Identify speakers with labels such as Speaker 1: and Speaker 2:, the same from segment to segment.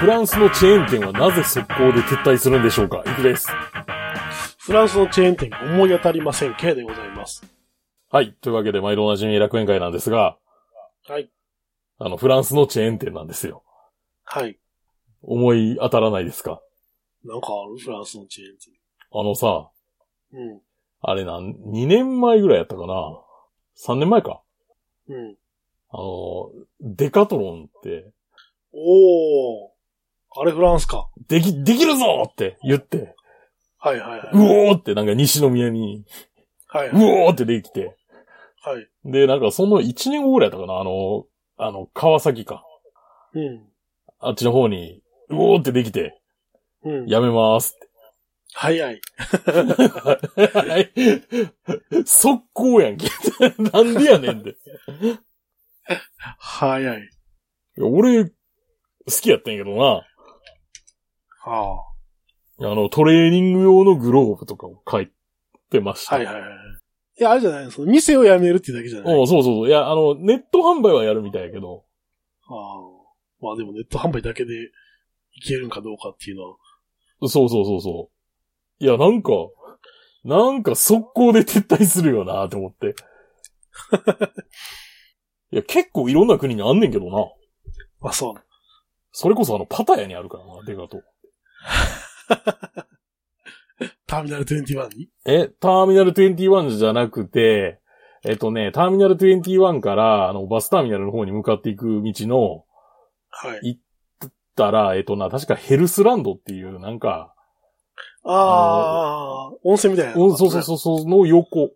Speaker 1: フランスのチェーン店はなぜ速攻で撤退するんでしょうか行くです。
Speaker 2: フランスのチェーン店が思い当たりませんけでございます。
Speaker 1: はい。というわけで、毎度おなじみ楽園会なんですが、
Speaker 2: はい。
Speaker 1: あの、フランスのチェーン店なんですよ。
Speaker 2: はい。
Speaker 1: 思い当たらないですか
Speaker 2: なんかあるフランスのチェーン店。
Speaker 1: あのさ、
Speaker 2: うん。
Speaker 1: あれなん、2年前ぐらいやったかな ?3 年前か
Speaker 2: うん。
Speaker 1: あの、デカトロンって、
Speaker 2: おー。あれフランスか。
Speaker 1: でき、できるぞって言って、
Speaker 2: はいはいは
Speaker 1: う
Speaker 2: い。
Speaker 1: おーってなんか西宮に、
Speaker 2: はいう
Speaker 1: おーってできて、
Speaker 2: はい。
Speaker 1: で、なんかその1年後ぐらいやったかなあの、あの、川崎か。
Speaker 2: うん。
Speaker 1: あっちの方に、うおーってできて、
Speaker 2: うん。
Speaker 1: やめまーす
Speaker 2: 早い。
Speaker 1: はい。速攻やんけ。なんでやねんって。い
Speaker 2: 早い。
Speaker 1: や俺、好きやったんやけどな。
Speaker 2: は
Speaker 1: あの、トレーニング用のグローブとかを買ってまし
Speaker 2: あ。
Speaker 1: た。
Speaker 2: はいはいはい。いや、あれじゃないその店を辞めるっていうだけじゃない。
Speaker 1: おうそうそうそう。いや、あの、ネット販売はやるみたいやけど。
Speaker 2: ああ。まあでもネット販売だけでいけるんかどうかっていうのは。
Speaker 1: そうそうそうそう。いや、なんか、なんか速攻で撤退するよなって思って。いや、結構いろんな国にあんねんけどな。
Speaker 2: まあそう。
Speaker 1: それこそあの、パタヤにあるからな、デカと。
Speaker 2: ターミナル21に
Speaker 1: え、ターミナル21じゃなくて、えっとね、ターミナル21から、あの、バスターミナルの方に向かっていく道の、
Speaker 2: はい。
Speaker 1: たら、えっとな、確かヘルスランドっていう、なんか、
Speaker 2: ああ、温泉みたいな。
Speaker 1: うんそうそうそう、その横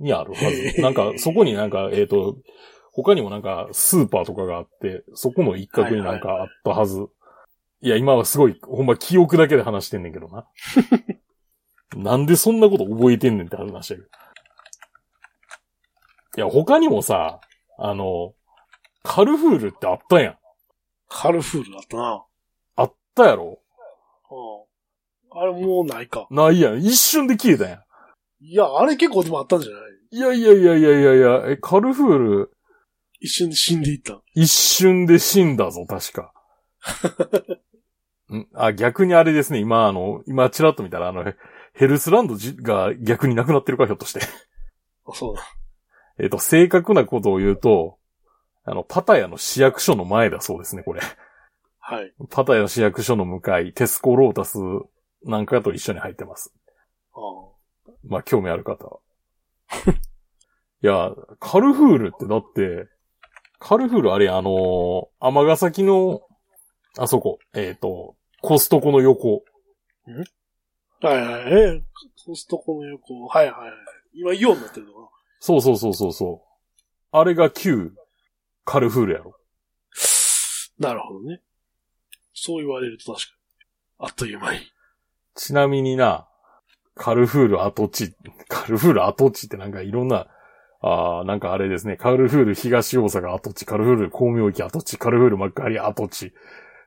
Speaker 1: にあるは
Speaker 2: へ
Speaker 1: ず。なんか、そこになんか、えっと、他にもなんか、スーパーとかがあって、そこの一角になんかあったはず。いや、今はすごい、ほんま記憶だけで話してんねんけど な。なんでそんなこと覚えてんねんって話だけど。いや、他にもさ、あの、カルフールってあったやん。
Speaker 2: カルフールだったな。
Speaker 1: あったやろ
Speaker 2: うん。あれもうないか。
Speaker 1: ないやん。一瞬で消えたやん。
Speaker 2: いや、あれ結構でもあったんじゃない
Speaker 1: いやいやいやいやいやいや、え、カルフール、
Speaker 2: 一瞬で死んでいった。
Speaker 1: 一瞬で死んだぞ、確か。んあ、逆にあれですね、今、あの、今、ちらっと見たら、あの、ヘヘルスランドじが逆になくなってるか、ひょっとして。
Speaker 2: あ、そうだ。
Speaker 1: えっと、正確なことを言うと、あの、パタヤの市役所の前だそうですね、これ。
Speaker 2: はい。
Speaker 1: パタヤの市役所の向かい、テスコロータスなんかと一緒に入ってます。
Speaker 2: あ
Speaker 1: まあ、興味ある方 は。いや、カルフールってだって、カルフールあれ、あのー、尼崎の、あそこ、えっ、と、コストコの横。
Speaker 2: あはいはい。えコストコの横。はいはいはい。今イオンになってるのかな
Speaker 1: そうそうそうそうそう。あれが旧カルフールやろ。
Speaker 2: なるほどね。そう言われると確かに。あっという間に。
Speaker 1: ちなみにな、カルフール跡地、カルフール跡地ってなんかいろんな、あーなんかあれですね、カルフール東大阪跡地、カルフール光明駅跡地、カルフール幕張跡地、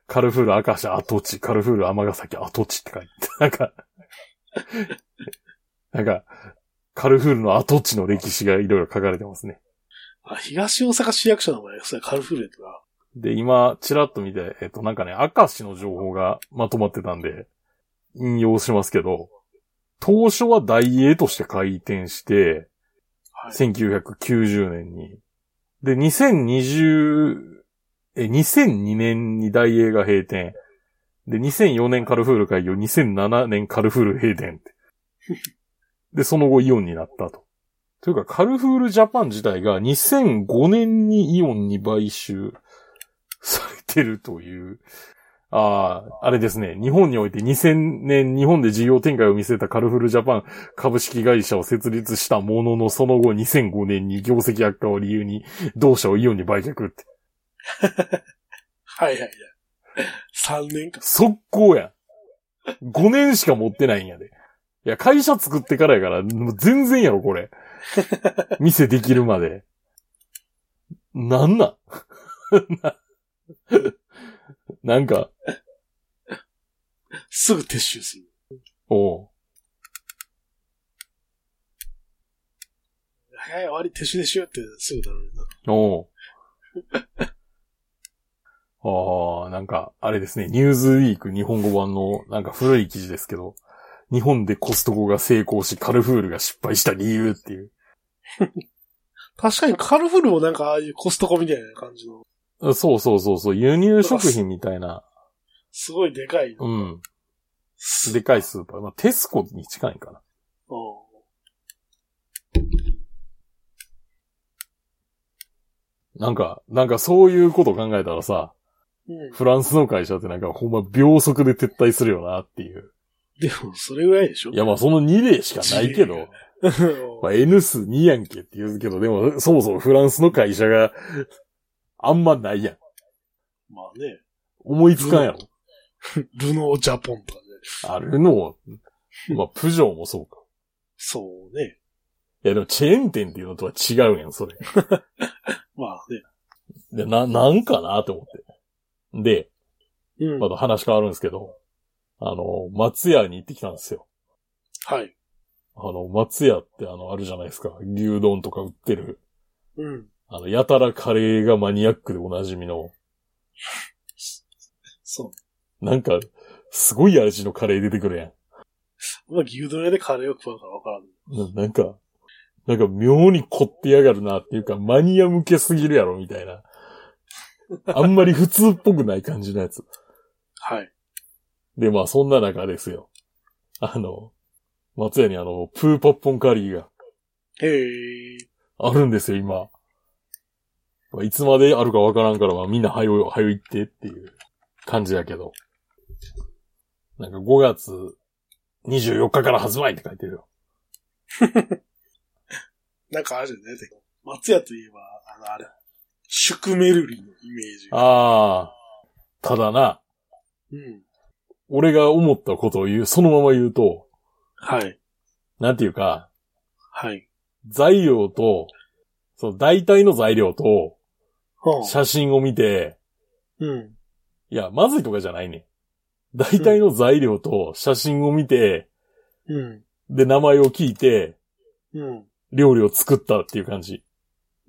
Speaker 1: カルフール赤社跡地、カルフール尼崎跡地って書いて、 なんか、なんか、カルフールの跡地の歴史がいろいろ書かれてますね。
Speaker 2: あ、東大阪市役所の前、それカルフールやったな
Speaker 1: で、今、ちらっと見て、えっと、なんかね、明石の情報がまとまってたんで、引用しますけど、当初は大英として開店して、
Speaker 2: はい。
Speaker 1: 1990年に。で、2020、え、2002年に大英が閉店。で、2004年カルフール開業、2007年カルフール閉店っ て。で、その後イオンになったと。というか、カルフールジャパン自体が2005年にイオンに買収されてるという。ああ、あれですね。日本において2000年日本で事業展開を見据えたカルフールジャパン株式会社を設立したものの、その後2005年に業績悪化を理由に、同社をイオンに売却って。
Speaker 2: はいはいはい。3年か。
Speaker 1: 速攻やん。5年しか持ってないんやで。いや、会社作ってからやから、もう全然やろ、これ。店できるまで。なんなん なんか、
Speaker 2: すぐ撤収する。
Speaker 1: おう
Speaker 2: はいはい、終わり、撤収でしようってすぐなるな。
Speaker 1: おう ああ、なんか、あれですね、ニューズウィーク日本語版の、なんか古い記事ですけど、日本でコストコが成功し、カルフールが失敗した理由っていう。
Speaker 2: 確かにカルフルもなんかああいうコストコみたいな感じの、
Speaker 1: あそうそうそうそう、輸入食品みたいな、
Speaker 2: すごいでかい。
Speaker 1: うん、でかいスーパー。まあ、テスコに近いかな。
Speaker 2: うん
Speaker 1: なんか、なんかそういうこと考えたらさ、
Speaker 2: うん。
Speaker 1: フランスの会社ってなんかほんま秒速で撤退するよなっていう。
Speaker 2: でも、それぐらいでしょ
Speaker 1: いやまあその2例しかないけど、まあ N 数2やんけって言うけど、でもそもそもフランスの会社があんまないやん。
Speaker 2: まあね、
Speaker 1: 思いつかんやろ。
Speaker 2: ルノージャポンとかね。
Speaker 1: あるの、まあプジョーもそうか。
Speaker 2: そうね。
Speaker 1: いやでもチェーン店っていうのとは違うやん、それ。
Speaker 2: まあね。
Speaker 1: で、な、なんかなって思って。で、
Speaker 2: うん。
Speaker 1: また話変わるんですけど、あの、松屋に行ってきたんですよ。
Speaker 2: はい。
Speaker 1: あの、松屋ってあの、あるじゃないですか。牛丼とか売ってる。
Speaker 2: うん。
Speaker 1: あの、やたらカレーがマニアックでおなじみの、
Speaker 2: そ
Speaker 1: なんか、すごい味のカレー出てくるやん。
Speaker 2: う。まあ、牛丼屋でカレーを食わんからわからん。
Speaker 1: ななんか、なんか妙に凝ってやがるなっていうか、マニア向けすぎるやろみたいな。あんまり普通っぽくない感じのやつ。
Speaker 2: はい。
Speaker 1: で、まあそんな中ですよ。あの、松屋にあの、プーパッポンカリーが
Speaker 2: へえ。
Speaker 1: あるんですよ、今。まあいつまであるかわからんから、まあみんな早よ、早よ行ってっていう感じやけど。なんか5月24日から発売って書いてるよ。
Speaker 2: なんかあるよね。てか松屋といえば、あの、あれ、シュクメルリのイメージ。
Speaker 1: ああ。ただな、
Speaker 2: うん。
Speaker 1: 俺が思ったことを言う、そのまま言うと、
Speaker 2: はい。
Speaker 1: なんていうか、
Speaker 2: はい。
Speaker 1: 材料と、その大体の材料と、
Speaker 2: はあ
Speaker 1: 写真を見て、
Speaker 2: うん。
Speaker 1: いや、まずいとかじゃないね。大体の材料と写真を見て、
Speaker 2: うん。
Speaker 1: で、名前を聞いて、
Speaker 2: うん。
Speaker 1: 料理を作ったっていう感じ。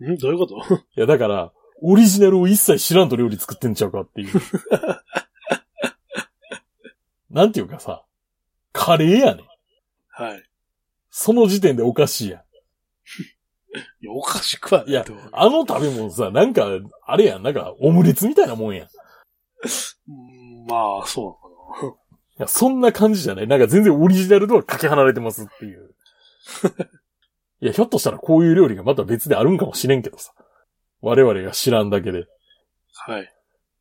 Speaker 1: い
Speaker 2: んどういうこと
Speaker 1: や、だから、オリジナルを一切知らんと料理作ってんちゃうかっていう。 なんていうかさ、カレーやね。
Speaker 2: はい。
Speaker 1: その時点でおかしいやん。
Speaker 2: いや、おかしくはないと思う。
Speaker 1: あの食べ物さ、なんか、あれやん、なんか、オムレツみたいなもんやん。い
Speaker 2: うんまあ、そうなのかな。
Speaker 1: や、そんな感じじゃない。なんか全然オリジナルとはかけ離れてますっていう。 いや、ひょっとしたらこういう料理がまた別であるんかもしれんけどさ。我々が知らんだけで。
Speaker 2: はい。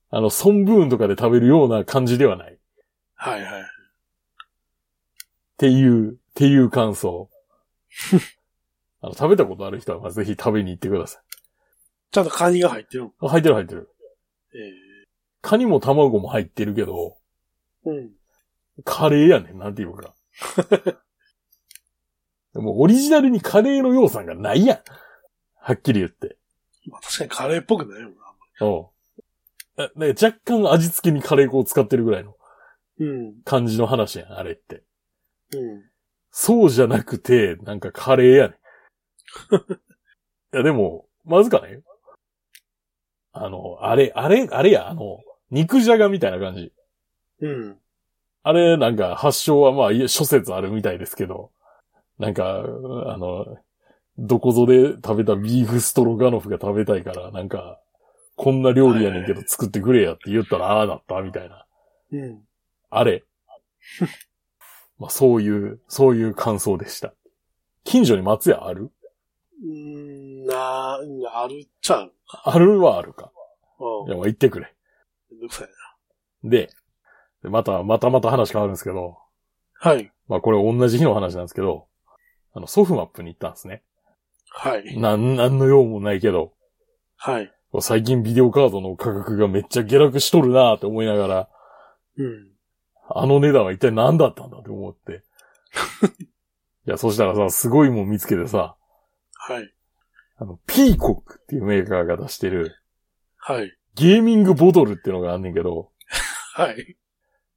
Speaker 1: あの、ソンブーンとかで食べるような感じではない。っ
Speaker 2: はいはい。
Speaker 1: ていう、っていう感想。 あの、食べたことある人はまあぜひ食べに行ってください。
Speaker 2: ちゃんとカニが入ってるの。
Speaker 1: あ入ってる入ってる。
Speaker 2: え
Speaker 1: カニも卵も入ってるけど、
Speaker 2: えうん。
Speaker 1: カレーやねん、なんていう か。でもオリジナルにカレーの要素がないやん。はっきり言って。
Speaker 2: まあ、確かにカレーっぽくないもんな。
Speaker 1: おう。えなんか若干味付けにカレー粉を使ってるぐらいの
Speaker 2: うん。
Speaker 1: 感じの話やん、あれって。
Speaker 2: うん。
Speaker 1: そうじゃなくて、なんかカレーやね ん。いや、でも、まずかねあの、あれ、あれ、あれや、あの、肉じゃがみたいな感じ。
Speaker 2: うん。
Speaker 1: あれ、なんか、発祥はまあ、いや諸説あるみたいですけど、なんか、あの、どこぞで食べたビーフストロガノフが食べたいから、なんか、こんな料理やねんけど作ってくれやって言ったら、ああだった、みたいな。
Speaker 2: うん。
Speaker 1: あれ。 まあ、そういう、そういう感想でした。近所に松屋ある
Speaker 2: うん、なうんあるっちゃある。
Speaker 1: あるはあるか。
Speaker 2: うん
Speaker 1: い。や、まあ、行ってくれ。
Speaker 2: めんどくさいな。
Speaker 1: で、でまた、またまた話変わるんですけど、
Speaker 2: はい。
Speaker 1: まあ、これ同じ日の話なんですけど、あの、ソフマップに行ったんですね。
Speaker 2: はい。
Speaker 1: なん、なんの用もないけど、
Speaker 2: はい。
Speaker 1: 最近ビデオカードの価格がめっちゃ下落しとるなーって思いながら、
Speaker 2: うん。
Speaker 1: あの値段は一体何だったんだって思って。いや、そしたらさ、すごいもん見つけてさ、
Speaker 2: はい。
Speaker 1: あの、ピーコックっていうメーカーが出してる
Speaker 2: はい。
Speaker 1: ゲーミングボトルっていうのがあんねんけど、
Speaker 2: はい。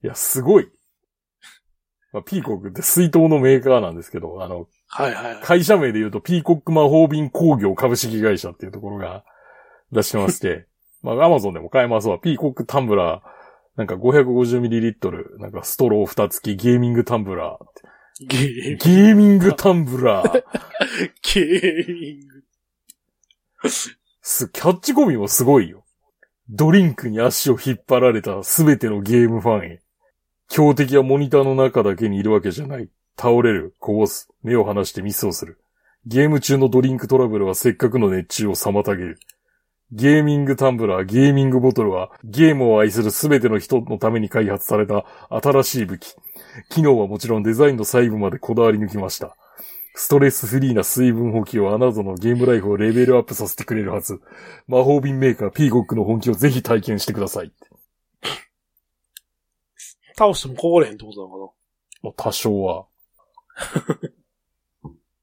Speaker 1: いや、すごい。まあ、ピーコックって水筒のメーカーなんですけど、あの、
Speaker 2: はいはいはい。
Speaker 1: 会社名 で言うとピーコック魔法瓶工業株式会社っていうところが出してまして、まあ、アマゾンでも買えますわ。ピーコックタンブラー、なんか 550ml、なんかストロー蓋付きゲーミングタンブラー。
Speaker 2: ゲー、
Speaker 1: ゲーミングタンブラー。
Speaker 2: ゲーミング。
Speaker 1: す、キャッチコピーもすごいよ。ドリンクに足を引っ張られたすべてのゲームファンへ。強敵はモニターの中だけにいるわけじゃない。倒れる、こぼす、目を離してミスをする。ゲーム中のドリンクトラブルはせっかくの熱中を妨げる。ゲーミングタンブラー、ゲーミングボトルはゲームを愛するすべての人のために開発された新しい武器。機能はもちろんデザインの細部までこだわり抜きました。ストレスフリーな水分補給はあなたのゲームライフをレベルアップさせてくれるはず。魔法瓶メーカーピーゴックの本気をぜひ体験してください。
Speaker 2: 倒してもこぼれへんってことなのかな
Speaker 1: まあ多少は。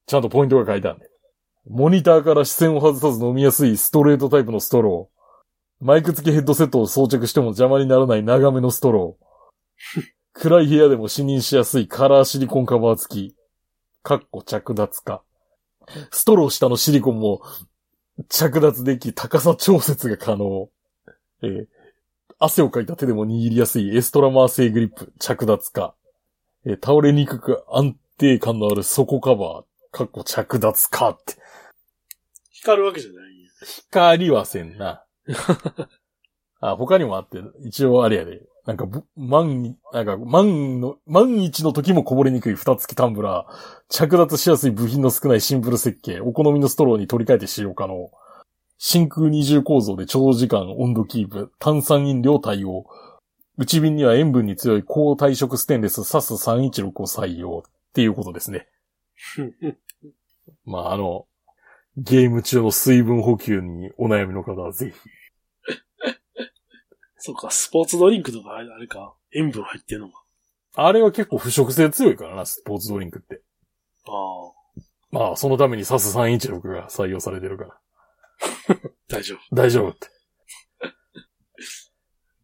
Speaker 1: ちゃんとポイントが書いてあるね。モニターから視線を外さず飲みやすいストレートタイプのストロー。マイク付きヘッドセットを装着しても邪魔にならない長めのストロー。暗い部屋でも視認しやすいカラーシリコンカバー付き。かっこ着脱か。ストロー下のシリコンも着脱でき高さ調節が可能。えー汗をかいた手でも握りやすいエストラマー製グリップ着脱か。えー倒れにくく安定感のある底カバー、かっこ着脱かって。
Speaker 2: 光るわけじゃないんや。
Speaker 1: 光はせんな。あ、他にもあって、一応あれやで。なんかぶ、万に、なんか、万の、万一の時もこぼれにくい蓋付きタンブラー、着脱しやすい部品の少ないシンプル設計、お好みのストローに取り替えて使用可能。真空二重構造で長時間温度キープ、炭酸飲料対応。内瓶には塩分に強い高耐色ステンレス SAS316 を採用っていうことですね。まあ、あの、ゲーム中の水分補給にお悩みの方はぜひ。
Speaker 2: そうか、スポーツドリンクとかあれあれか、塩分入ってんのか。
Speaker 1: あれは結構腐食性強いからな、スポーツドリンクって。
Speaker 2: ああ、
Speaker 1: まあ、そのために SAS316 が採用されてるから。
Speaker 2: 大丈夫。
Speaker 1: 大丈夫って。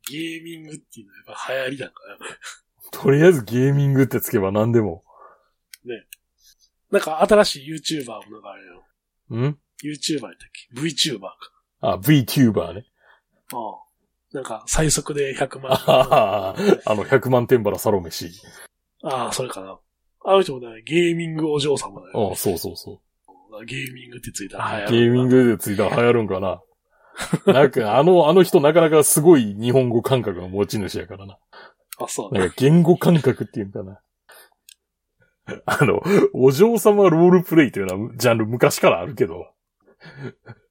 Speaker 2: ゲーミングっていうのはやっぱ流行りなんかな。
Speaker 1: とりあえずゲーミングってつけば何でも。
Speaker 2: なんか新しい YouTuber もなんかあれよ。
Speaker 1: ん
Speaker 2: YouTuber やったっけ ?VTuber か。
Speaker 1: あ、VTuber ね。
Speaker 2: ああ。なんか最速で100万。あ
Speaker 1: ああの、100万天原サロメシ。
Speaker 2: あ、それかな。あの人もね、ゲーミングお嬢様だよ。
Speaker 1: あそうそうそう。
Speaker 2: ゲーミングってついたら流行る
Speaker 1: ゲーミングでついたら流行るんかな。なんか、あの、あの人なかなかすごい日本語感覚の持ち主やからな。
Speaker 2: あ、そうね。
Speaker 1: なんか言語感覚っていうんかな。 あの、お嬢様ロールプレイというのはジャンル昔からあるけど、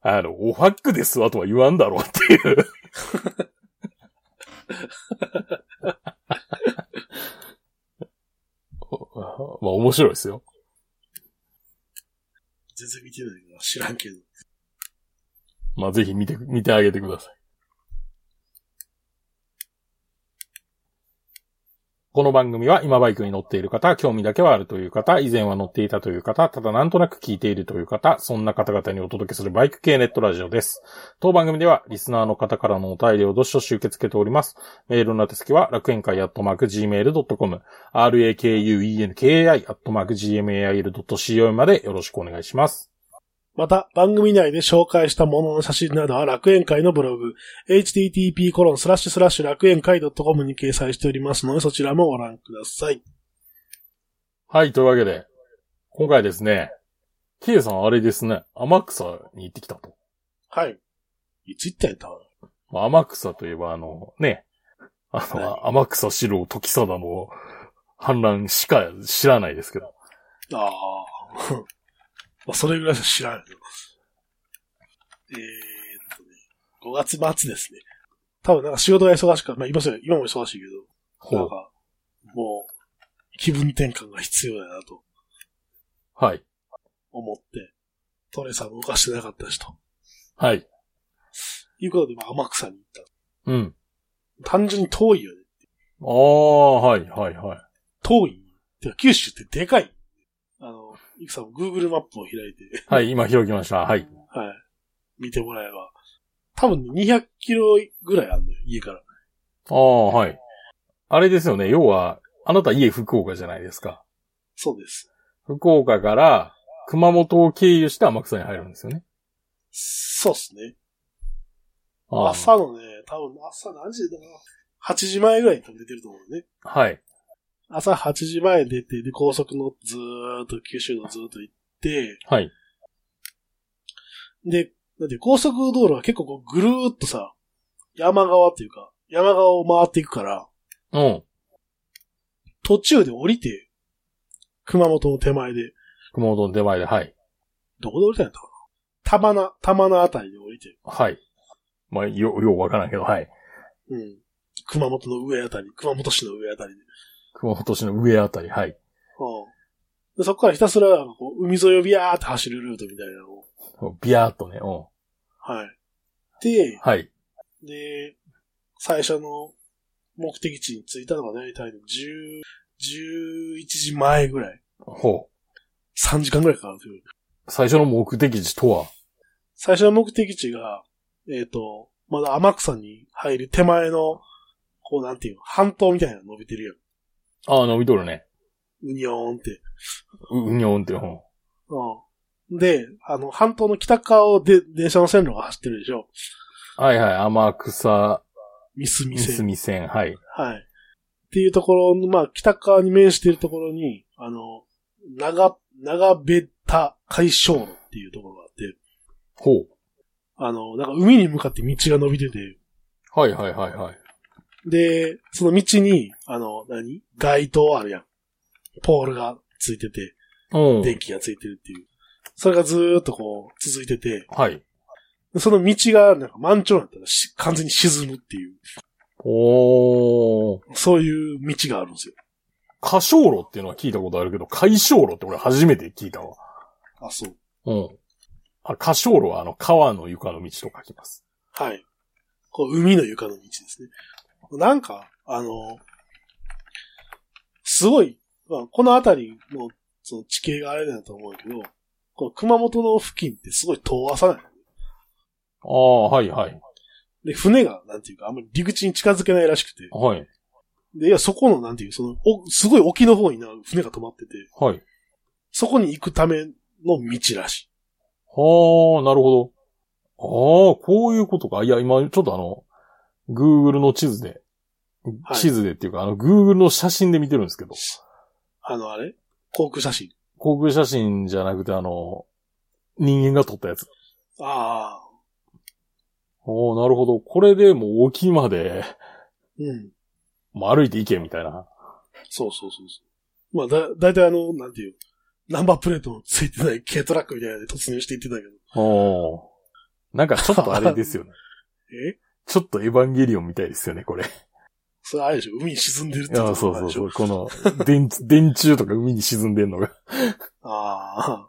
Speaker 1: あの、おファックですわとは言わんだろうっていう。 まあ面白いですよ。
Speaker 2: 全然見てないから知らんけど。
Speaker 1: まあぜひ見て、見てあげてください。この番組は今バイクに乗っている方、興味だけはあるという方、以前は乗っていたという方、ただなんとなく聞いているという方、そんな方々にお届けするバイク系ネットラジオです。当番組ではリスナーの方からのお便りをどしどし受け付けております。メールの宛先は楽園会アットマーク gmail.com、rakuenkai アットマーク gmail.co までよろしくお願いします。
Speaker 2: また、番組内で紹介したものの写真などは楽園会のブログ、http コロンスラッシュスラッシュ楽園会 .com に掲載しておりますので、そちらもご覧ください。
Speaker 1: はい、というわけで、今回ですね、K さんあれですね、天草に行ってきたと。
Speaker 2: はい。いつ行ったんやった
Speaker 1: まあ、天草といえばあの、ね、あの、
Speaker 2: は
Speaker 1: 天草四郎時貞の反乱しか知らないですけど。
Speaker 2: ああ。 まあ、それぐらいしか知らんよ。えーっとね、5月末ですね。多分なんか仕事が忙しく、まあ今それ今も忙しいけど、なんか、もう、気分転換が必要だなと
Speaker 1: はい。
Speaker 2: 思って、トレさん動かしてなかったしと。
Speaker 1: はい。
Speaker 2: いうことで、まあ天草に行った。
Speaker 1: うん。
Speaker 2: 単純に遠いよね。
Speaker 1: ああ、はい、はい、はい。
Speaker 2: 遠い。てか、九州ってでかい。あの、いくさんも Google マップを開いて、
Speaker 1: はい、今広きました。はい。
Speaker 2: はい。見てもらえば。多分ね200キロぐらいあるのよ、家から。
Speaker 1: ああ、はい。あれですよね、要は、あなた家福岡じゃないですか。
Speaker 2: そうです。
Speaker 1: 福岡から熊本を経由して天草に入るんですよね。
Speaker 2: そうっすね。
Speaker 1: あー
Speaker 2: 朝のね、多分朝何時だかな。8時前ぐらいに多分出てると思うね。
Speaker 1: はい。
Speaker 2: 朝8時前に出て、で、高速のずーっと、九州のずーっと行って、
Speaker 1: はい。
Speaker 2: で、だって高速道路は結構こうぐるーっとさ、山側っていうか、山側を回っていくから、
Speaker 1: うん。
Speaker 2: 途中で降りて、熊本の手前で、
Speaker 1: 熊本の手前で、はい。
Speaker 2: どこで降りたんやったかな玉名、玉名あたりで降りて、
Speaker 1: はい。まあ、よ、ようわからないけど、はい。
Speaker 2: うん。熊本の上あたり、熊本市の上あたりで。
Speaker 1: 熊本市の上あたり、はい。
Speaker 2: うん。でそこからひたすら、こう、海沿いをビヤーって走るルートみたいなのを。
Speaker 1: ビヤーっとね、うん。
Speaker 2: はい。で、
Speaker 1: はい。
Speaker 2: で、最初の目的地に着いたのがね、大体10、11時前ぐらい。
Speaker 1: ほ
Speaker 2: 3時間ぐらいかかるという。
Speaker 1: う。最初の目的地とは
Speaker 2: 最初の目的地が、えっ、と、まだ天草に入る手前の、こうなんていうの、半島みたいなの伸びてるやん。
Speaker 1: ああ、伸びとるね。
Speaker 2: うにょーんって。
Speaker 1: う、うにょんって、うん。
Speaker 2: うん。で、あの、半島の北側をで、電車の線路が走ってるでしょ。
Speaker 1: はいはい。天草、三
Speaker 2: 三隅線。
Speaker 1: 隅線、はい。
Speaker 2: はい。っていうところの、まあ、北側に面しているところに、あの、長、長べた海小路っていうところがあって、
Speaker 1: ほう。
Speaker 2: あの、なんか海に向かって道が伸びてて、
Speaker 1: はいはいはいはい。
Speaker 2: で、その道に、あの、何街灯あるやん。ポールがついてて、
Speaker 1: うん。
Speaker 2: 電気がついてるっていう。それがずーっとこう、続いてて、
Speaker 1: はい。
Speaker 2: でその道がなんか満潮だったらし完全に沈むっていう、
Speaker 1: おー。
Speaker 2: そういう道があるんですよ。
Speaker 1: 火小炉っていうのは聞いたことあるけど、海小炉って俺初めて聞いたわ。
Speaker 2: あ、そう。
Speaker 1: うん。あ、火小炉はあの、川の床の道と書きます。
Speaker 2: はい。こう、海の床の道ですね。なんか、あの、すごい、まあ、この辺りの、その地形があれだと思うけど、この熊本の付近ってすごい遠浅ない。
Speaker 1: ああ、はいはい。
Speaker 2: で、船が、なんていうか、あんまり陸地に近づけないらしくて。
Speaker 1: はい。
Speaker 2: で、いや、そこの、なんていう、その、おすごい沖の方にな、船が止まってて、
Speaker 1: はい。
Speaker 2: そこに行くための道らしい。
Speaker 1: はあ、なるほど。ああ、こういうことか。いや、今、ちょっとあの、Google の地図で、
Speaker 2: はい
Speaker 1: 地図でっていうか、あの、Google の写真で見てるんですけど、
Speaker 2: あの、あれ航空写真。
Speaker 1: 航空写真じゃなくて、あの、人間が撮ったやつ。
Speaker 2: ああ、
Speaker 1: おおなるほど。これでもう沖まで、
Speaker 2: うん。
Speaker 1: もう歩いて行け、みたいな。
Speaker 2: そうそうそうそう。まあ、だ、だいたいあの、なんていう、ナンバープレートのついてない軽トラックみたいなので突入していってたけど。
Speaker 1: おおなんかちょっとあれですよ ね。
Speaker 2: え
Speaker 1: ちょっとエヴァンゲリオンみたいですよね、 これ。
Speaker 2: それあれでしょ海に沈んでるって
Speaker 1: いや
Speaker 2: と
Speaker 1: そ
Speaker 2: こ
Speaker 1: う
Speaker 2: ろ
Speaker 1: そ
Speaker 2: なん
Speaker 1: う
Speaker 2: でし
Speaker 1: そ
Speaker 2: ょ
Speaker 1: う。この、電、 電柱とか海に沈んでんのが。
Speaker 2: ああ。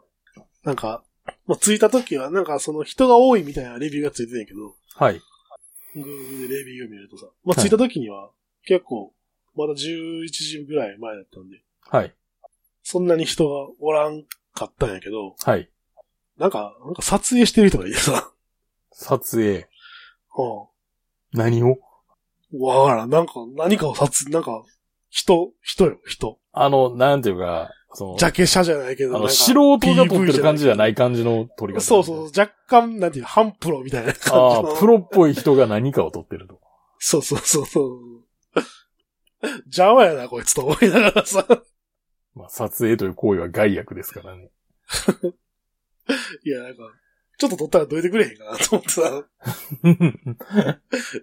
Speaker 2: なんか、まあ、着いた時は、なんかその人が多いみたいなレビューがついてたんやけど、
Speaker 1: はい。
Speaker 2: Google でレビューを見るとさ、まあ、着いた時には、結構、まだ11時ぐらい前だったんで、
Speaker 1: はい。
Speaker 2: そんなに人がおらんかったんやけど、
Speaker 1: はい。
Speaker 2: なんか、なんか撮影してる人がいてさ、
Speaker 1: 撮影。
Speaker 2: うん。
Speaker 1: 何を
Speaker 2: わからん。なんか、何かを撮影、なんか、人、人よ、人。
Speaker 1: あの、なんていうか、その、
Speaker 2: ジャケ写じゃないけど、
Speaker 1: あ
Speaker 2: なん
Speaker 1: の、
Speaker 2: か。
Speaker 1: 素人が撮ってる感じじゃないい感じの撮り方。
Speaker 2: そうそう、若干、なんていうの、半プロみたいな感じ
Speaker 1: あ
Speaker 2: の。
Speaker 1: あ、プロっぽい人が何かを撮ってると。
Speaker 2: そうそうそうそう。邪魔やな、こいつと思いながらさ。
Speaker 1: まあ、撮影という行為は害悪ですからね。
Speaker 2: いや、なんか、ちょっと撮ったらどいてくれへんかなと思ってさ、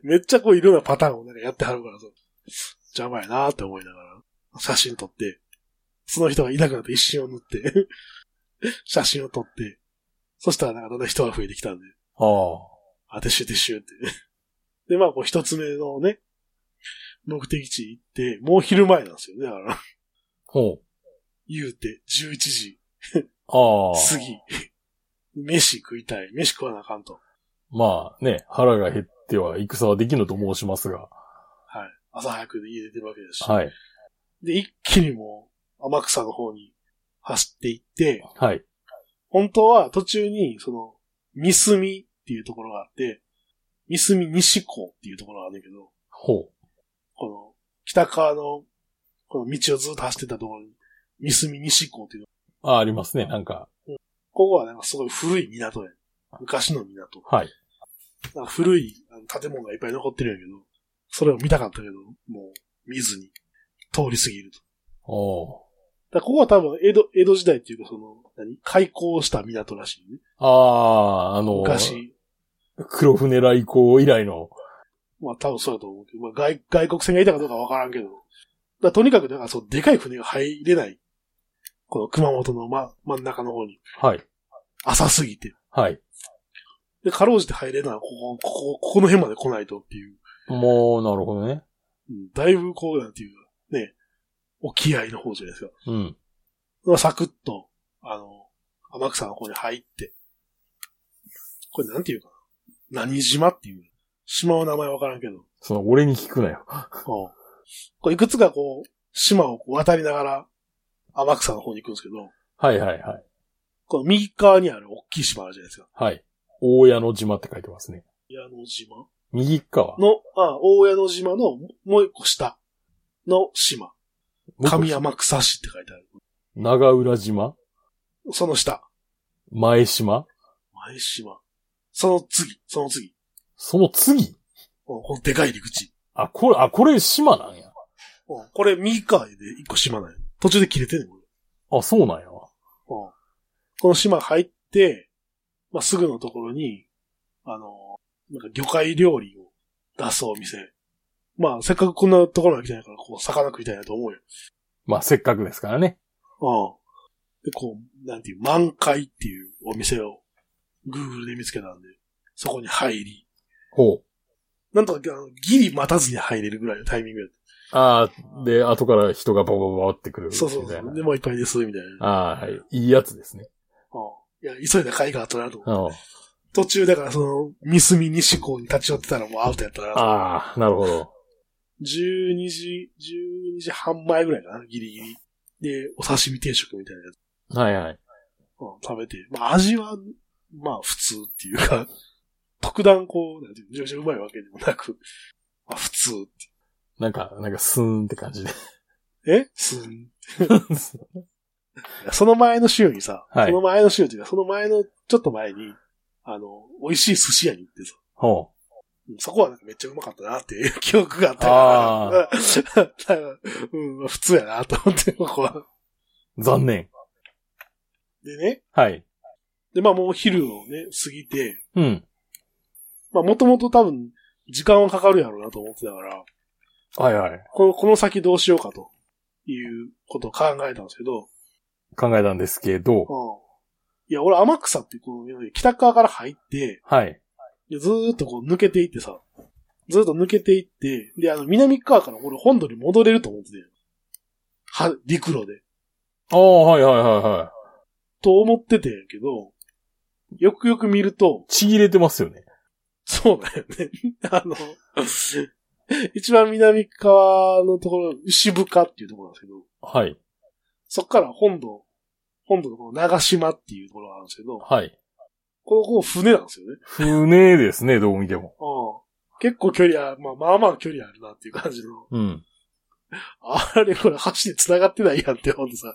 Speaker 2: めっちゃこういろんなパターンをなんかやってはるからさ、邪魔やなって思いながら、写真撮って、その人がいなくなって一瞬を塗って、写真を撮って、そしたらなんかだんだん人が増えてきたんで、
Speaker 1: ああ。
Speaker 2: あ、撤収撤収って。 で、まあ、こう一つ目のね、目的地行って、もう昼前なんですよね、だから。
Speaker 1: ほう。
Speaker 2: 言うて、11時
Speaker 1: ああ。
Speaker 2: 過ぎ。 飯食いたい。飯食わなあかんと。
Speaker 1: まあね、腹が減っては戦はできぬと申しますが。
Speaker 2: はい。朝早くで家出てるわけだし。
Speaker 1: はい。
Speaker 2: で、一気にもう、天草の方に走っていって、
Speaker 1: はい。
Speaker 2: 本当は途中に、その、三隅っていうところがあって、三隅西港っていうところがあるんだけど、
Speaker 1: ほ
Speaker 2: この、北側の、この道をずっと走ってたところに、三隅西港っていう
Speaker 1: う。あ、ありますね。なんか、
Speaker 2: ここはなんかすごい古い港や。昔の港。
Speaker 1: はい。
Speaker 2: なんか古い、あの建物がいっぱい残ってるんやけど、それを見たかったけど、もう見ずに通り過ぎると。
Speaker 1: お
Speaker 2: だからここは多分、江戸、江戸時代っていうかその、何開港した港らしいね。
Speaker 1: ああ、あの、
Speaker 2: 昔、
Speaker 1: 黒船来航以来の、
Speaker 2: まあ多分そうだと思うけど、まあ外外国船がいたかどうかわからんけど、だからとにかくなんかそう、でかい船が入れない。この熊本のま、真ん中の方に、
Speaker 1: はい、
Speaker 2: 浅すぎて。
Speaker 1: はい。
Speaker 2: で、かろうじて入れるのは、ここ、ここ、ここの辺まで来ないとっていう。
Speaker 1: もう、なるほどね。
Speaker 2: うん、だいぶこうなんていうか、ね、沖合の方じゃないですか。
Speaker 1: うん。
Speaker 2: まあサクッと、あの、天草の方に入って、これなんていうかな。何島っていう。島の名前わからんけど。
Speaker 1: その、俺に聞くなよ。
Speaker 2: うんこういくつかこう、島をこう渡りながら、天草の方に行くんですけど、
Speaker 1: はいはいはい。
Speaker 2: この右側にある大きい島あるじゃないですか。
Speaker 1: はい。大屋の島って書いてますね。
Speaker 2: 矢野島
Speaker 1: 右側。
Speaker 2: の、あ、大矢野島のももう一個下の島。上。天草市って書いてある。
Speaker 1: 長浦島
Speaker 2: その下。
Speaker 1: 前島
Speaker 2: 前島。その次、その次。
Speaker 1: その次
Speaker 2: うんこのでかい陸地。
Speaker 1: あ、これ、あ、これ島なんや。
Speaker 2: うんこれ右側で一個島なんや。途中で切れてんねん、これ。
Speaker 1: あ、そうなんや。
Speaker 2: うんこの島入って、まあ、すぐのところに、あの、なんか魚介料理を出すお店。まあ、せっかくこんなところに来たんやから、こう、魚食いたいなと思うよ。
Speaker 1: まあ、せっかくですからね。
Speaker 2: うん。で、こう、なんていう、満開っていうお店を、Google で見つけたんで、そこに入り、
Speaker 1: ほう。
Speaker 2: なんとか、あのギリ待たずに入れるぐらいのタイミングやっ
Speaker 1: ああ、で、後から人がババババってくる
Speaker 2: た。そうそうそう。で、もういっぱいです、みたいな。
Speaker 1: ああ、はい。いいやつですね。
Speaker 2: うん。いや、急いだ会があったなと思
Speaker 1: あ
Speaker 2: う。途中、だからその、三隅西港に立ち寄ってたらもうアウトやったなと思う
Speaker 1: あー、なるほど。
Speaker 2: 12時、12時半前ぐらいかな、ギリギリ。で、お刺身定食みたいなやつ、
Speaker 1: はいはい。
Speaker 2: うん、食べて。まあ味は、まあ普通っていうか、 特段こう、なんていうのめちゃめちゃうまいわけでもなく、まあ普通って。
Speaker 1: なんか、なんかスーンって感じで。
Speaker 2: えすん。いやその前の週にさ、
Speaker 1: はい
Speaker 2: その前の週っていうか、その前のちょっと前に、あの、美味しい寿司屋に行ってさ、
Speaker 1: ほ
Speaker 2: うんそこはなんかめっちゃうまかったなっていう記憶があった
Speaker 1: あ
Speaker 2: から、なんか うん、まあ普通やなと思って、ここは。
Speaker 1: う。残念。
Speaker 2: でね、
Speaker 1: はい。
Speaker 2: で、まあもう昼をね、過ぎて、
Speaker 1: うん。
Speaker 2: まあもともと多分、時間はかかるやろうなと思ってたから、
Speaker 1: はいはい。
Speaker 2: この、この先どうしようかと、いうことを考えたんですけど、
Speaker 1: 考えたんですけど。
Speaker 2: うん。いや、俺天草ってこの、北側から入って、
Speaker 1: はい。
Speaker 2: でずーっとこう抜けていってさ、ずーっと抜けていって、で、あの、南側から俺本土に戻れると思ってて、は、陸路で。
Speaker 1: ああ、はいはいはいは
Speaker 2: と思っててんやけど、よくよく見ると、
Speaker 1: い。ちぎれてますよね。
Speaker 2: そうだよね。 あの、一番南側のところ、牛深っていうところなんですけど、
Speaker 1: はい。
Speaker 2: そこから本土、本土のこの長島っていうところがあるんですけど、
Speaker 1: はい。
Speaker 2: このここ船なんですよね。
Speaker 1: 船ですね、どう見ても。
Speaker 2: うん。結構距離あまあまあまあ距離あるなっていう感じの。
Speaker 1: うん。
Speaker 2: あれこれ橋で繋がってないやんって、ほんとさ。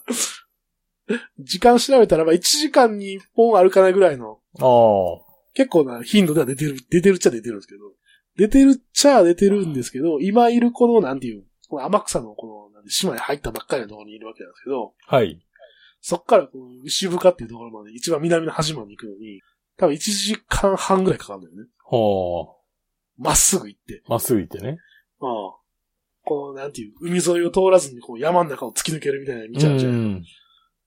Speaker 2: 時間調べたら、まあ1時間に1本あるかないぐらいの、
Speaker 1: ああ。
Speaker 2: 結構な頻度では出てる、出てるっちゃ出てるんですけど、出てるっちゃ出てるんですけど、今いるこの、なんていう、この天草のこの、なんて島に入ったばっかりのところにいるわけなんですけど、
Speaker 1: はい。
Speaker 2: そっからこの牛深っていうところまで一番南の端まで行くのに、多分1時間半ぐらいかかるんだよね。
Speaker 1: は
Speaker 2: まっすぐ行って。
Speaker 1: あ。まっすぐ行ってね。
Speaker 2: ああこの、なんていう、海沿いを通らずにこう山の中を突き抜けるみたいな道あるじゃん。
Speaker 1: ん。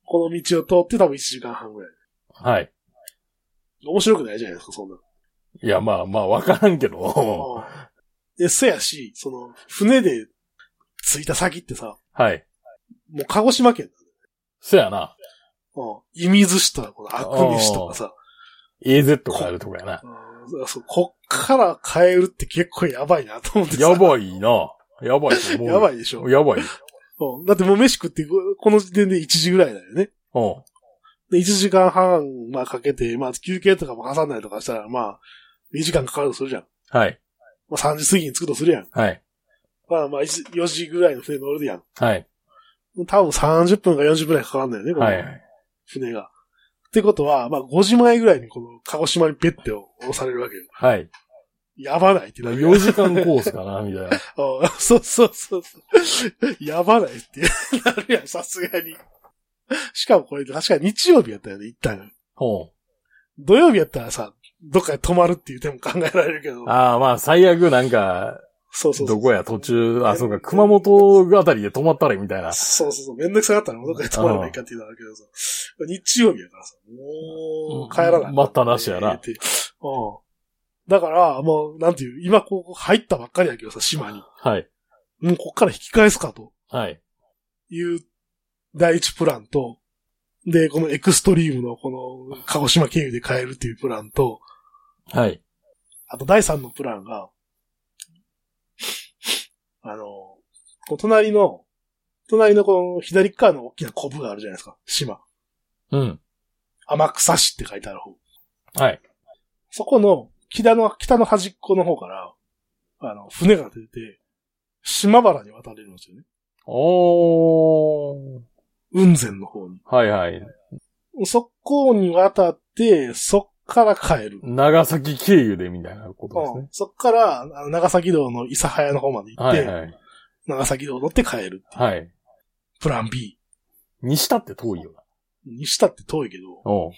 Speaker 2: この道を通って多分1時間半ぐらい。
Speaker 1: はい。
Speaker 2: 面白くないじゃないですか、そんなの。
Speaker 1: いや、まあまあ、わからんけど。
Speaker 2: で、せやし、その、船で着いた先ってさ、
Speaker 1: はい。
Speaker 2: もう鹿児島県だね。
Speaker 1: そやな。
Speaker 2: うん。射水市とか、このあくび市とかさ、
Speaker 1: AZ があるとこやな。
Speaker 2: うんそう、こっから変えるって結構やばいなと思って さ。
Speaker 1: やばいな。やばいと思う。
Speaker 2: やば
Speaker 1: い。
Speaker 2: いでしょ。
Speaker 1: やばい。
Speaker 2: うんだってもう飯食って、ここの時点で1時ぐらいだよね。
Speaker 1: うん。
Speaker 2: で、1時間半、まあかけて、まあ休憩とかも挟んだりとかしたら、まあ、2時間かかるとするじゃん。
Speaker 1: はい。
Speaker 2: まあ3時過ぎに着くとするやん。
Speaker 1: はい。
Speaker 2: まあまあ一時4時ぐらいの船乗るやん。
Speaker 1: はい。
Speaker 2: 多分30分か40分くらいかかるんだよね、この
Speaker 1: はい。はい。
Speaker 2: 船が。ってことは、まあ5時前ぐらいにこの鹿児島にペッてを降ろされるわけよ。
Speaker 1: はい。
Speaker 2: やばないってなる
Speaker 1: 4時間コースかな、みたいな。
Speaker 2: あ そうそうそうそう。やばないって なるやん、さすがに。しかもこれ、確か日曜日やったよね、一旦。
Speaker 1: ほ
Speaker 2: 土曜日やったらさ、どっかで泊まるっていう手も考えられるけど
Speaker 1: う。。ああ、まあ、最悪なんか、
Speaker 2: そうそうそう。
Speaker 1: どこや、途中、あ、そうか、熊本あたりで止まったら、みたいな。
Speaker 2: そうそうそう。めんどくさかったらどっかで泊まればいいかっていうのはあるけどさ。日曜日やからさ、もう、帰らない。
Speaker 1: 待ったなしやな
Speaker 2: ってうん。だから、もう、なんていう、今こう入ったばっかりやけどさ、島に。
Speaker 1: はい。
Speaker 2: もうこっから引き返すかと
Speaker 1: はい。
Speaker 2: いう第一プランと、で、このエクストリームのこの鹿児島経由で帰るっていうプランと、
Speaker 1: はい。
Speaker 2: あと第三のプランが、あの、こう隣の、隣のこの左側の大きなコブがあるじゃないですか、島。
Speaker 1: うん。
Speaker 2: 天草市って書いてある方。
Speaker 1: はい。
Speaker 2: そこの、北の、北の端っこの方から、あの、船が出て、島原に渡れるんですよね。
Speaker 1: おー。
Speaker 2: 雲仙の方に。
Speaker 1: はいはい。
Speaker 2: そこに渡って、そっから帰る。
Speaker 1: 長崎経由で、みたいなことです
Speaker 2: うん
Speaker 1: ね。
Speaker 2: そっから、あの長崎道の諫早の方まで行っ
Speaker 1: は
Speaker 2: て、
Speaker 1: いはい。
Speaker 2: 長崎道乗って帰る。
Speaker 1: はい。
Speaker 2: プラン B。
Speaker 1: 西田って遠いよな。
Speaker 2: にしたって遠いけど、
Speaker 1: おう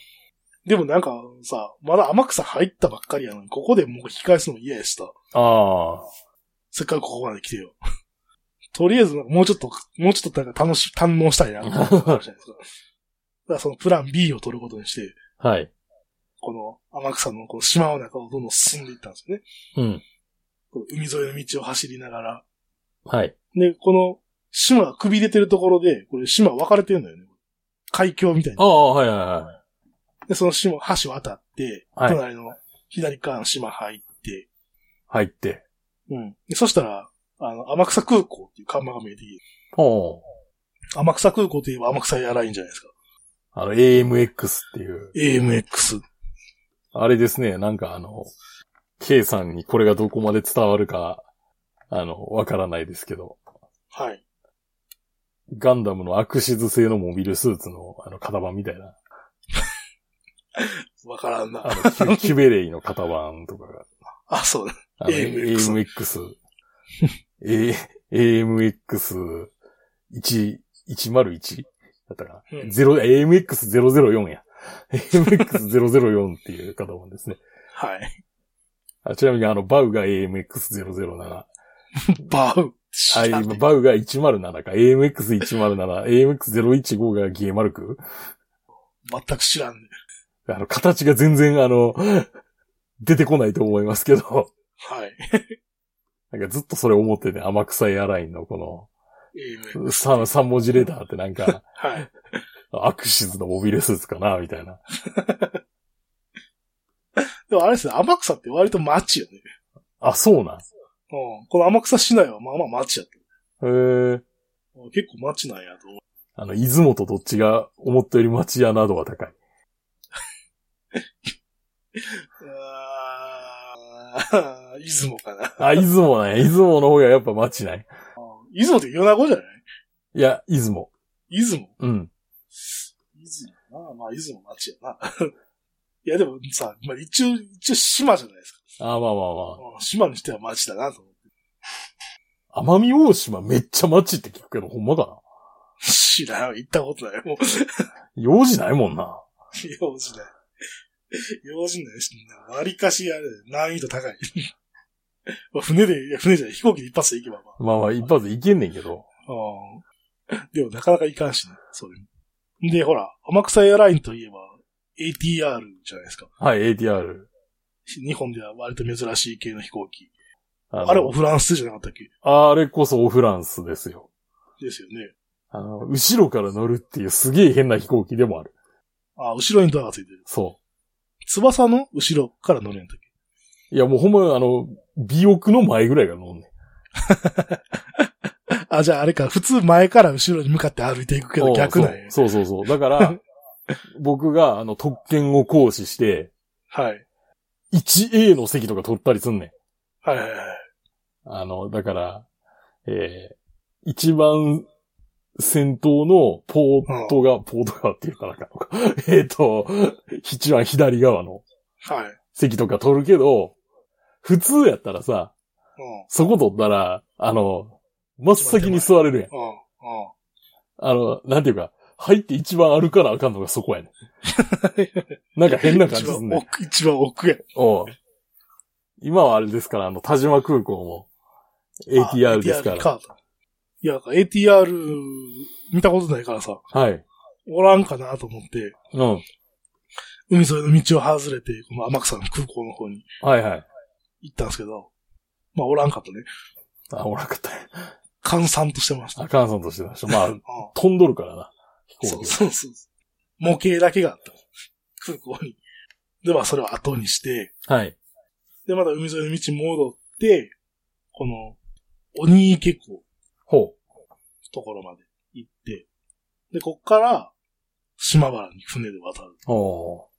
Speaker 2: でもなんかさ、まだ天草入ったばっかりやのに、ここでもう引き返すのも嫌やした。
Speaker 1: ああ。
Speaker 2: せっかくここまで来てよ。 とりあえず、もうちょっと、もうちょっとなんか楽し、堪能した いな、みたいなのがあるじゃないですか。だからそのプラン B を取ることにして、
Speaker 1: はい。
Speaker 2: この天草のこう島の中をどんどん進んでいったんですよね。
Speaker 1: うん。
Speaker 2: こう海沿いの道を走りながら。
Speaker 1: はい。
Speaker 2: で、この島がくびれてるところで、これ島分かれてるんだよね。海峡みたい
Speaker 1: あ
Speaker 2: に。
Speaker 1: あ、はいはいはい。
Speaker 2: で、その島、橋渡って、
Speaker 1: はい
Speaker 2: 隣の左側の島入って、
Speaker 1: 入って。
Speaker 2: うん。でそしたら、あの、天草空港っていう看板が見えてきて、
Speaker 1: おう
Speaker 2: 天草空港といえば天草エアラインじゃないですか。
Speaker 1: あの、AMX っていう。
Speaker 2: AMX。
Speaker 1: あれですね、なんかあの、K さんにこれがどこまで伝わるか、あの、わからないですけど、
Speaker 2: はい。
Speaker 1: ガンダムのアクシズ製のモビルスーツの、あの、型番みたいな、
Speaker 2: わからんな。
Speaker 1: あの、キュキュベレイの型番とかが、
Speaker 2: あ、そうだ。
Speaker 1: あの
Speaker 2: AMX
Speaker 1: AMX、A、AMX1、101? だったか
Speaker 2: う
Speaker 1: な、
Speaker 2: ん
Speaker 1: ゼロ ?AMX004 や。AMX004 っていう型番ですね。
Speaker 2: はい。
Speaker 1: あちなみにあの、バウが AMX007。
Speaker 2: バウ。
Speaker 1: は
Speaker 2: 知ら
Speaker 1: い、
Speaker 2: んね
Speaker 1: バウが107か、AMX107、AMX015 がゲーマルク
Speaker 2: 全く知らんね。
Speaker 1: あの、形が全然あの、出てこないと思いますけど、
Speaker 2: はい。
Speaker 1: なんかずっとそれ思ってて、天草エアラインのこ
Speaker 2: AMX。
Speaker 1: の、三三文字レーダーってなんか、
Speaker 2: はい。
Speaker 1: アクシズのモビルスーツかな、みたいな。
Speaker 2: でもあれですね、天草って割と街よね。
Speaker 1: あ、そうなん。
Speaker 2: うん。この天草市内はまあまあ街やった。
Speaker 1: へー
Speaker 2: うん結構街なんやと思う。
Speaker 1: あの、出雲とどっちが思ったより町屋などは高い。
Speaker 2: あー 出雲かな。
Speaker 1: あ、出雲ね。出雲の方がやっぱ町ない。
Speaker 2: 出雲って米子じゃない
Speaker 1: いや、出雲。
Speaker 2: 出雲
Speaker 1: うん。
Speaker 2: 出雲な。まあ、出雲街やな。 いや、でもさ、まあ、一応、一応島じゃないです
Speaker 1: あ、
Speaker 2: か。
Speaker 1: まあまあまあ。
Speaker 2: うん島にしては街だなと思って。
Speaker 1: 奄美大島めっちゃ町って聞くけど、ほんまか
Speaker 2: 知らん。行ったことない。もう、
Speaker 1: な用事ないもんな。
Speaker 2: 用事ない。 用事ないし、わりかしあれだよ、難易度高い。 まあ船で、いや、船じゃない、飛行機で一発で行けばまあ。
Speaker 1: まあまあ、一発でいけんねんけど。
Speaker 2: うんでもなかなかいかんしね、それもで、ほら、天草エアラインといえば、ATR じゃないですか。
Speaker 1: はい、ATR。
Speaker 2: 日本では割と珍しい系の飛行機。
Speaker 1: あの
Speaker 2: あれ、オフランスじゃなかったっけ
Speaker 1: あれこそオフランスですよ。
Speaker 2: ですよね。
Speaker 1: あの、後ろから乗るっていうすげえ変な飛行機でもある。
Speaker 2: あ、後ろにドアがついてる。
Speaker 1: そ
Speaker 2: 翼の後ろから乗るんやったっけ
Speaker 1: う。いや、もうほんま、あの、尾翼の前ぐらいが乗んねん。
Speaker 2: あ、じゃああれか、普通前から後ろに向かって歩いていくけど逆なんや。
Speaker 1: そうそうそうそう。だ から、僕が、あの、特権を行使して、
Speaker 2: はい。
Speaker 1: 1A の席とか取ったりすんねん。
Speaker 2: はいはいはい。
Speaker 1: あの、だから、えー、一番先頭のポートが、ポート側っていうかなん か、えっ、と、一番左側の
Speaker 2: はい。
Speaker 1: 席とか取るけど、普通やったらさ、そこ取ったら、あの、真っ先に座れるやん。
Speaker 2: うん。うん。うん。
Speaker 1: あの、なんていうか、入って一番歩かなあかんのがそこやね ん。なんか変な感じ
Speaker 2: 一
Speaker 1: すん
Speaker 2: 番
Speaker 1: ねん。
Speaker 2: 奥、一番奥や。
Speaker 1: おう今はあれですから、あの、田島空港も ATR ですか
Speaker 2: ATR
Speaker 1: ら。
Speaker 2: いや、なんか ATR 見たことないからさ、
Speaker 1: はい。
Speaker 2: おらんかなと思って、
Speaker 1: うん。
Speaker 2: 海沿いの道を外れて、この天草の空港の方に
Speaker 1: はいはい。
Speaker 2: 行ったんですけど、まあおらんかったね。
Speaker 1: あ、おらんかった。
Speaker 2: 閑散としてました。
Speaker 1: あかんさんとしてました。まあ、
Speaker 2: あ
Speaker 1: 飛んどるからな。飛
Speaker 2: そ
Speaker 1: 行
Speaker 2: う
Speaker 1: 機
Speaker 2: そうそう。模型だけがあった。空港に。で、まあそれを後にして、
Speaker 1: が。はい。
Speaker 2: で、また海沿いの道に戻って、この、鬼池港の
Speaker 1: ほ
Speaker 2: ところまで行って、で、こっから、島原に船で渡る。
Speaker 1: う。お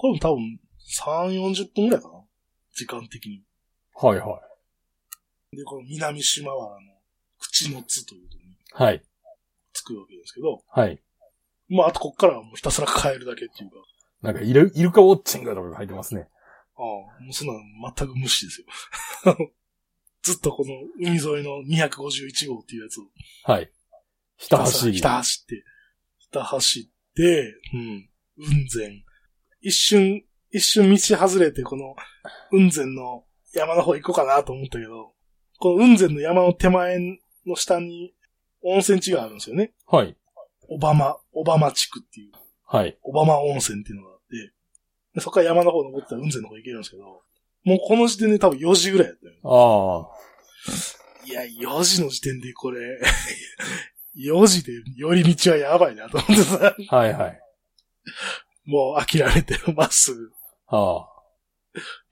Speaker 2: これも多分、3、40分ぐらいかな時間的に。
Speaker 1: うはいは
Speaker 2: で、この南島原の口の津というところに
Speaker 1: い。はい。
Speaker 2: 着くわけですけど、
Speaker 1: はい。
Speaker 2: まあ、あとこっからはもうひたすら帰るだけっていうか、
Speaker 1: なんか、イルイルカウォッチングとかが入ってますね。
Speaker 2: ああ、もうそんなの全く無視ですよ。 ずっとこの海沿いの251号っていうやつを
Speaker 1: はい。ひ
Speaker 2: ひ
Speaker 1: た走り。
Speaker 2: ひた走って、ひた走って、うん、雲仙。一瞬、一瞬道外れて、この雲仙の山の方行こうかなと思ったけど、この雲仙の山の手前の下に温泉地があるんですよね。
Speaker 1: はい。
Speaker 2: 小浜、小浜地区っていう、
Speaker 1: はい。
Speaker 2: 小浜温泉っていうのがあって、でそこから山の方登ったら雲仙の方行けるんですけど、もうこの時点で多分4時ぐらいやったよ。
Speaker 1: ああ。
Speaker 2: いや、4時の時点でこれ、4時で寄り道はやばいなと思って さ。
Speaker 1: はいはい。
Speaker 2: もう諦めて、まっすぐ、
Speaker 1: ああ。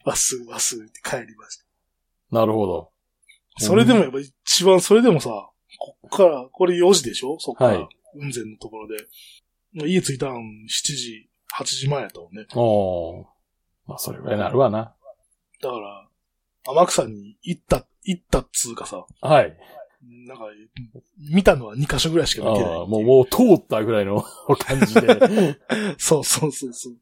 Speaker 2: まっすぐ、まっすぐって帰りました。
Speaker 1: なるほど。
Speaker 2: それでもやっぱ一番、それでもさ、こっから、これ4時でしょそっか
Speaker 1: は
Speaker 2: ら
Speaker 1: い、
Speaker 2: 雲仙のところで。まあ家着いたん7時、8時前やったもんね。
Speaker 1: おー。まあ、それぐらいになるわな。
Speaker 2: だから、天草に行った、行ったっつうかさ、
Speaker 1: はい。
Speaker 2: なんか、見たのは2箇所ぐらいし
Speaker 1: あ
Speaker 2: か見てないってい
Speaker 1: ー
Speaker 2: う。
Speaker 1: もう、もう通ったぐらいの感 じで。
Speaker 2: そうそうそうそう。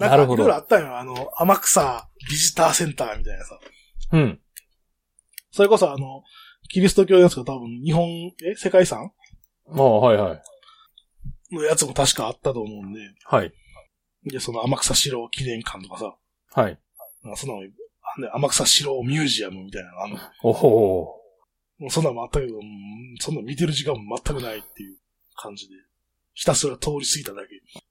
Speaker 2: な
Speaker 1: なんる
Speaker 2: か、い
Speaker 1: ほど
Speaker 2: ろいろあったんよ。あの、天草ビジターセンターみたいなさ。
Speaker 1: うん。
Speaker 2: それこそあの、キリスト教のやつが多分日本、え世界遺産
Speaker 1: ああ、はいはい。
Speaker 2: のやつも確かあったと思うんで、
Speaker 1: はい。
Speaker 2: で、その天草四郎記念館とかさ、
Speaker 1: はい。
Speaker 2: なんかそんなの、あんね天草四郎ミュージアムみたいなのあんの、
Speaker 1: おほ
Speaker 2: もうそんなのもあったけど、うんそんなの見てる時間も全くないっていう感じで、ひたすら通り過ぎただけ。うん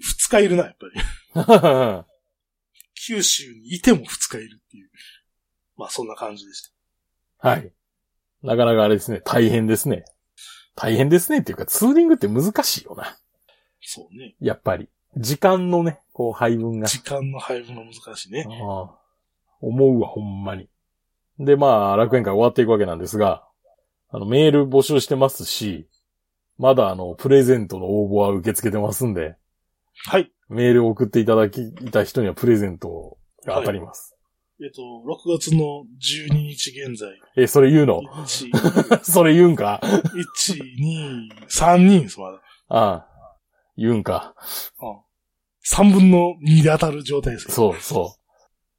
Speaker 2: 二日いるな、やっぱり。
Speaker 1: ー。
Speaker 2: 九州にいても二日いるっていう。まあそんな感じでした。
Speaker 1: はい。なかなかあれですね。大変ですね。大変ですねっていうか、ツーリングって難しいよな。
Speaker 2: そうね。
Speaker 1: やっぱり。時間のね、こう配分が。
Speaker 2: 時間の配分が難しいね。
Speaker 1: ああ思うわ、ほんまに。で、まあ、楽園会終わっていくわけなんですが、あの、メール募集してますし、まだあの、プレゼントの応募は受け付けてますんで、
Speaker 2: はい。
Speaker 1: メールを送っていただき、いた人にはプレゼントが当たります。
Speaker 2: えっと、6月の12日現在、
Speaker 1: え、それ言うの
Speaker 2: 1、
Speaker 1: それ言うんか
Speaker 2: 1、2、3人です、まだ。
Speaker 1: ああ、言うんか。
Speaker 2: 3分の2で当たる状態ですよ。
Speaker 1: そう、そ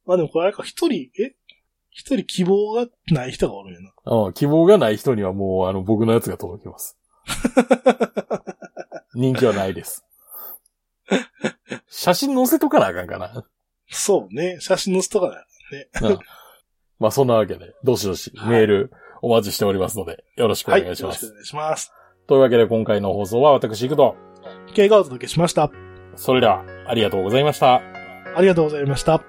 Speaker 2: まあでもこれあれか、一人、え一人希望がない人がおるんやな。
Speaker 1: う。うん、希望がない人にはもう、あの、僕のやつが届きます。人気はないです。写真載せとかなあかんかな。
Speaker 2: そうね。写真載せとかだ。
Speaker 1: なまあそんなわけで、どしどしメールお待ちしておりますので、よろしくお
Speaker 2: はい。
Speaker 1: 願
Speaker 2: よろ
Speaker 1: い
Speaker 2: し
Speaker 1: し
Speaker 2: くお
Speaker 1: ま
Speaker 2: 願
Speaker 1: す。
Speaker 2: いします。
Speaker 1: というわけで今回の放送は私行くと、
Speaker 2: 経過をお届けしました。
Speaker 1: それではありがとうございました。
Speaker 2: ありがとうございました。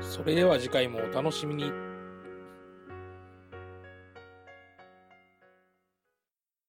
Speaker 3: それでは次回もお楽しみに。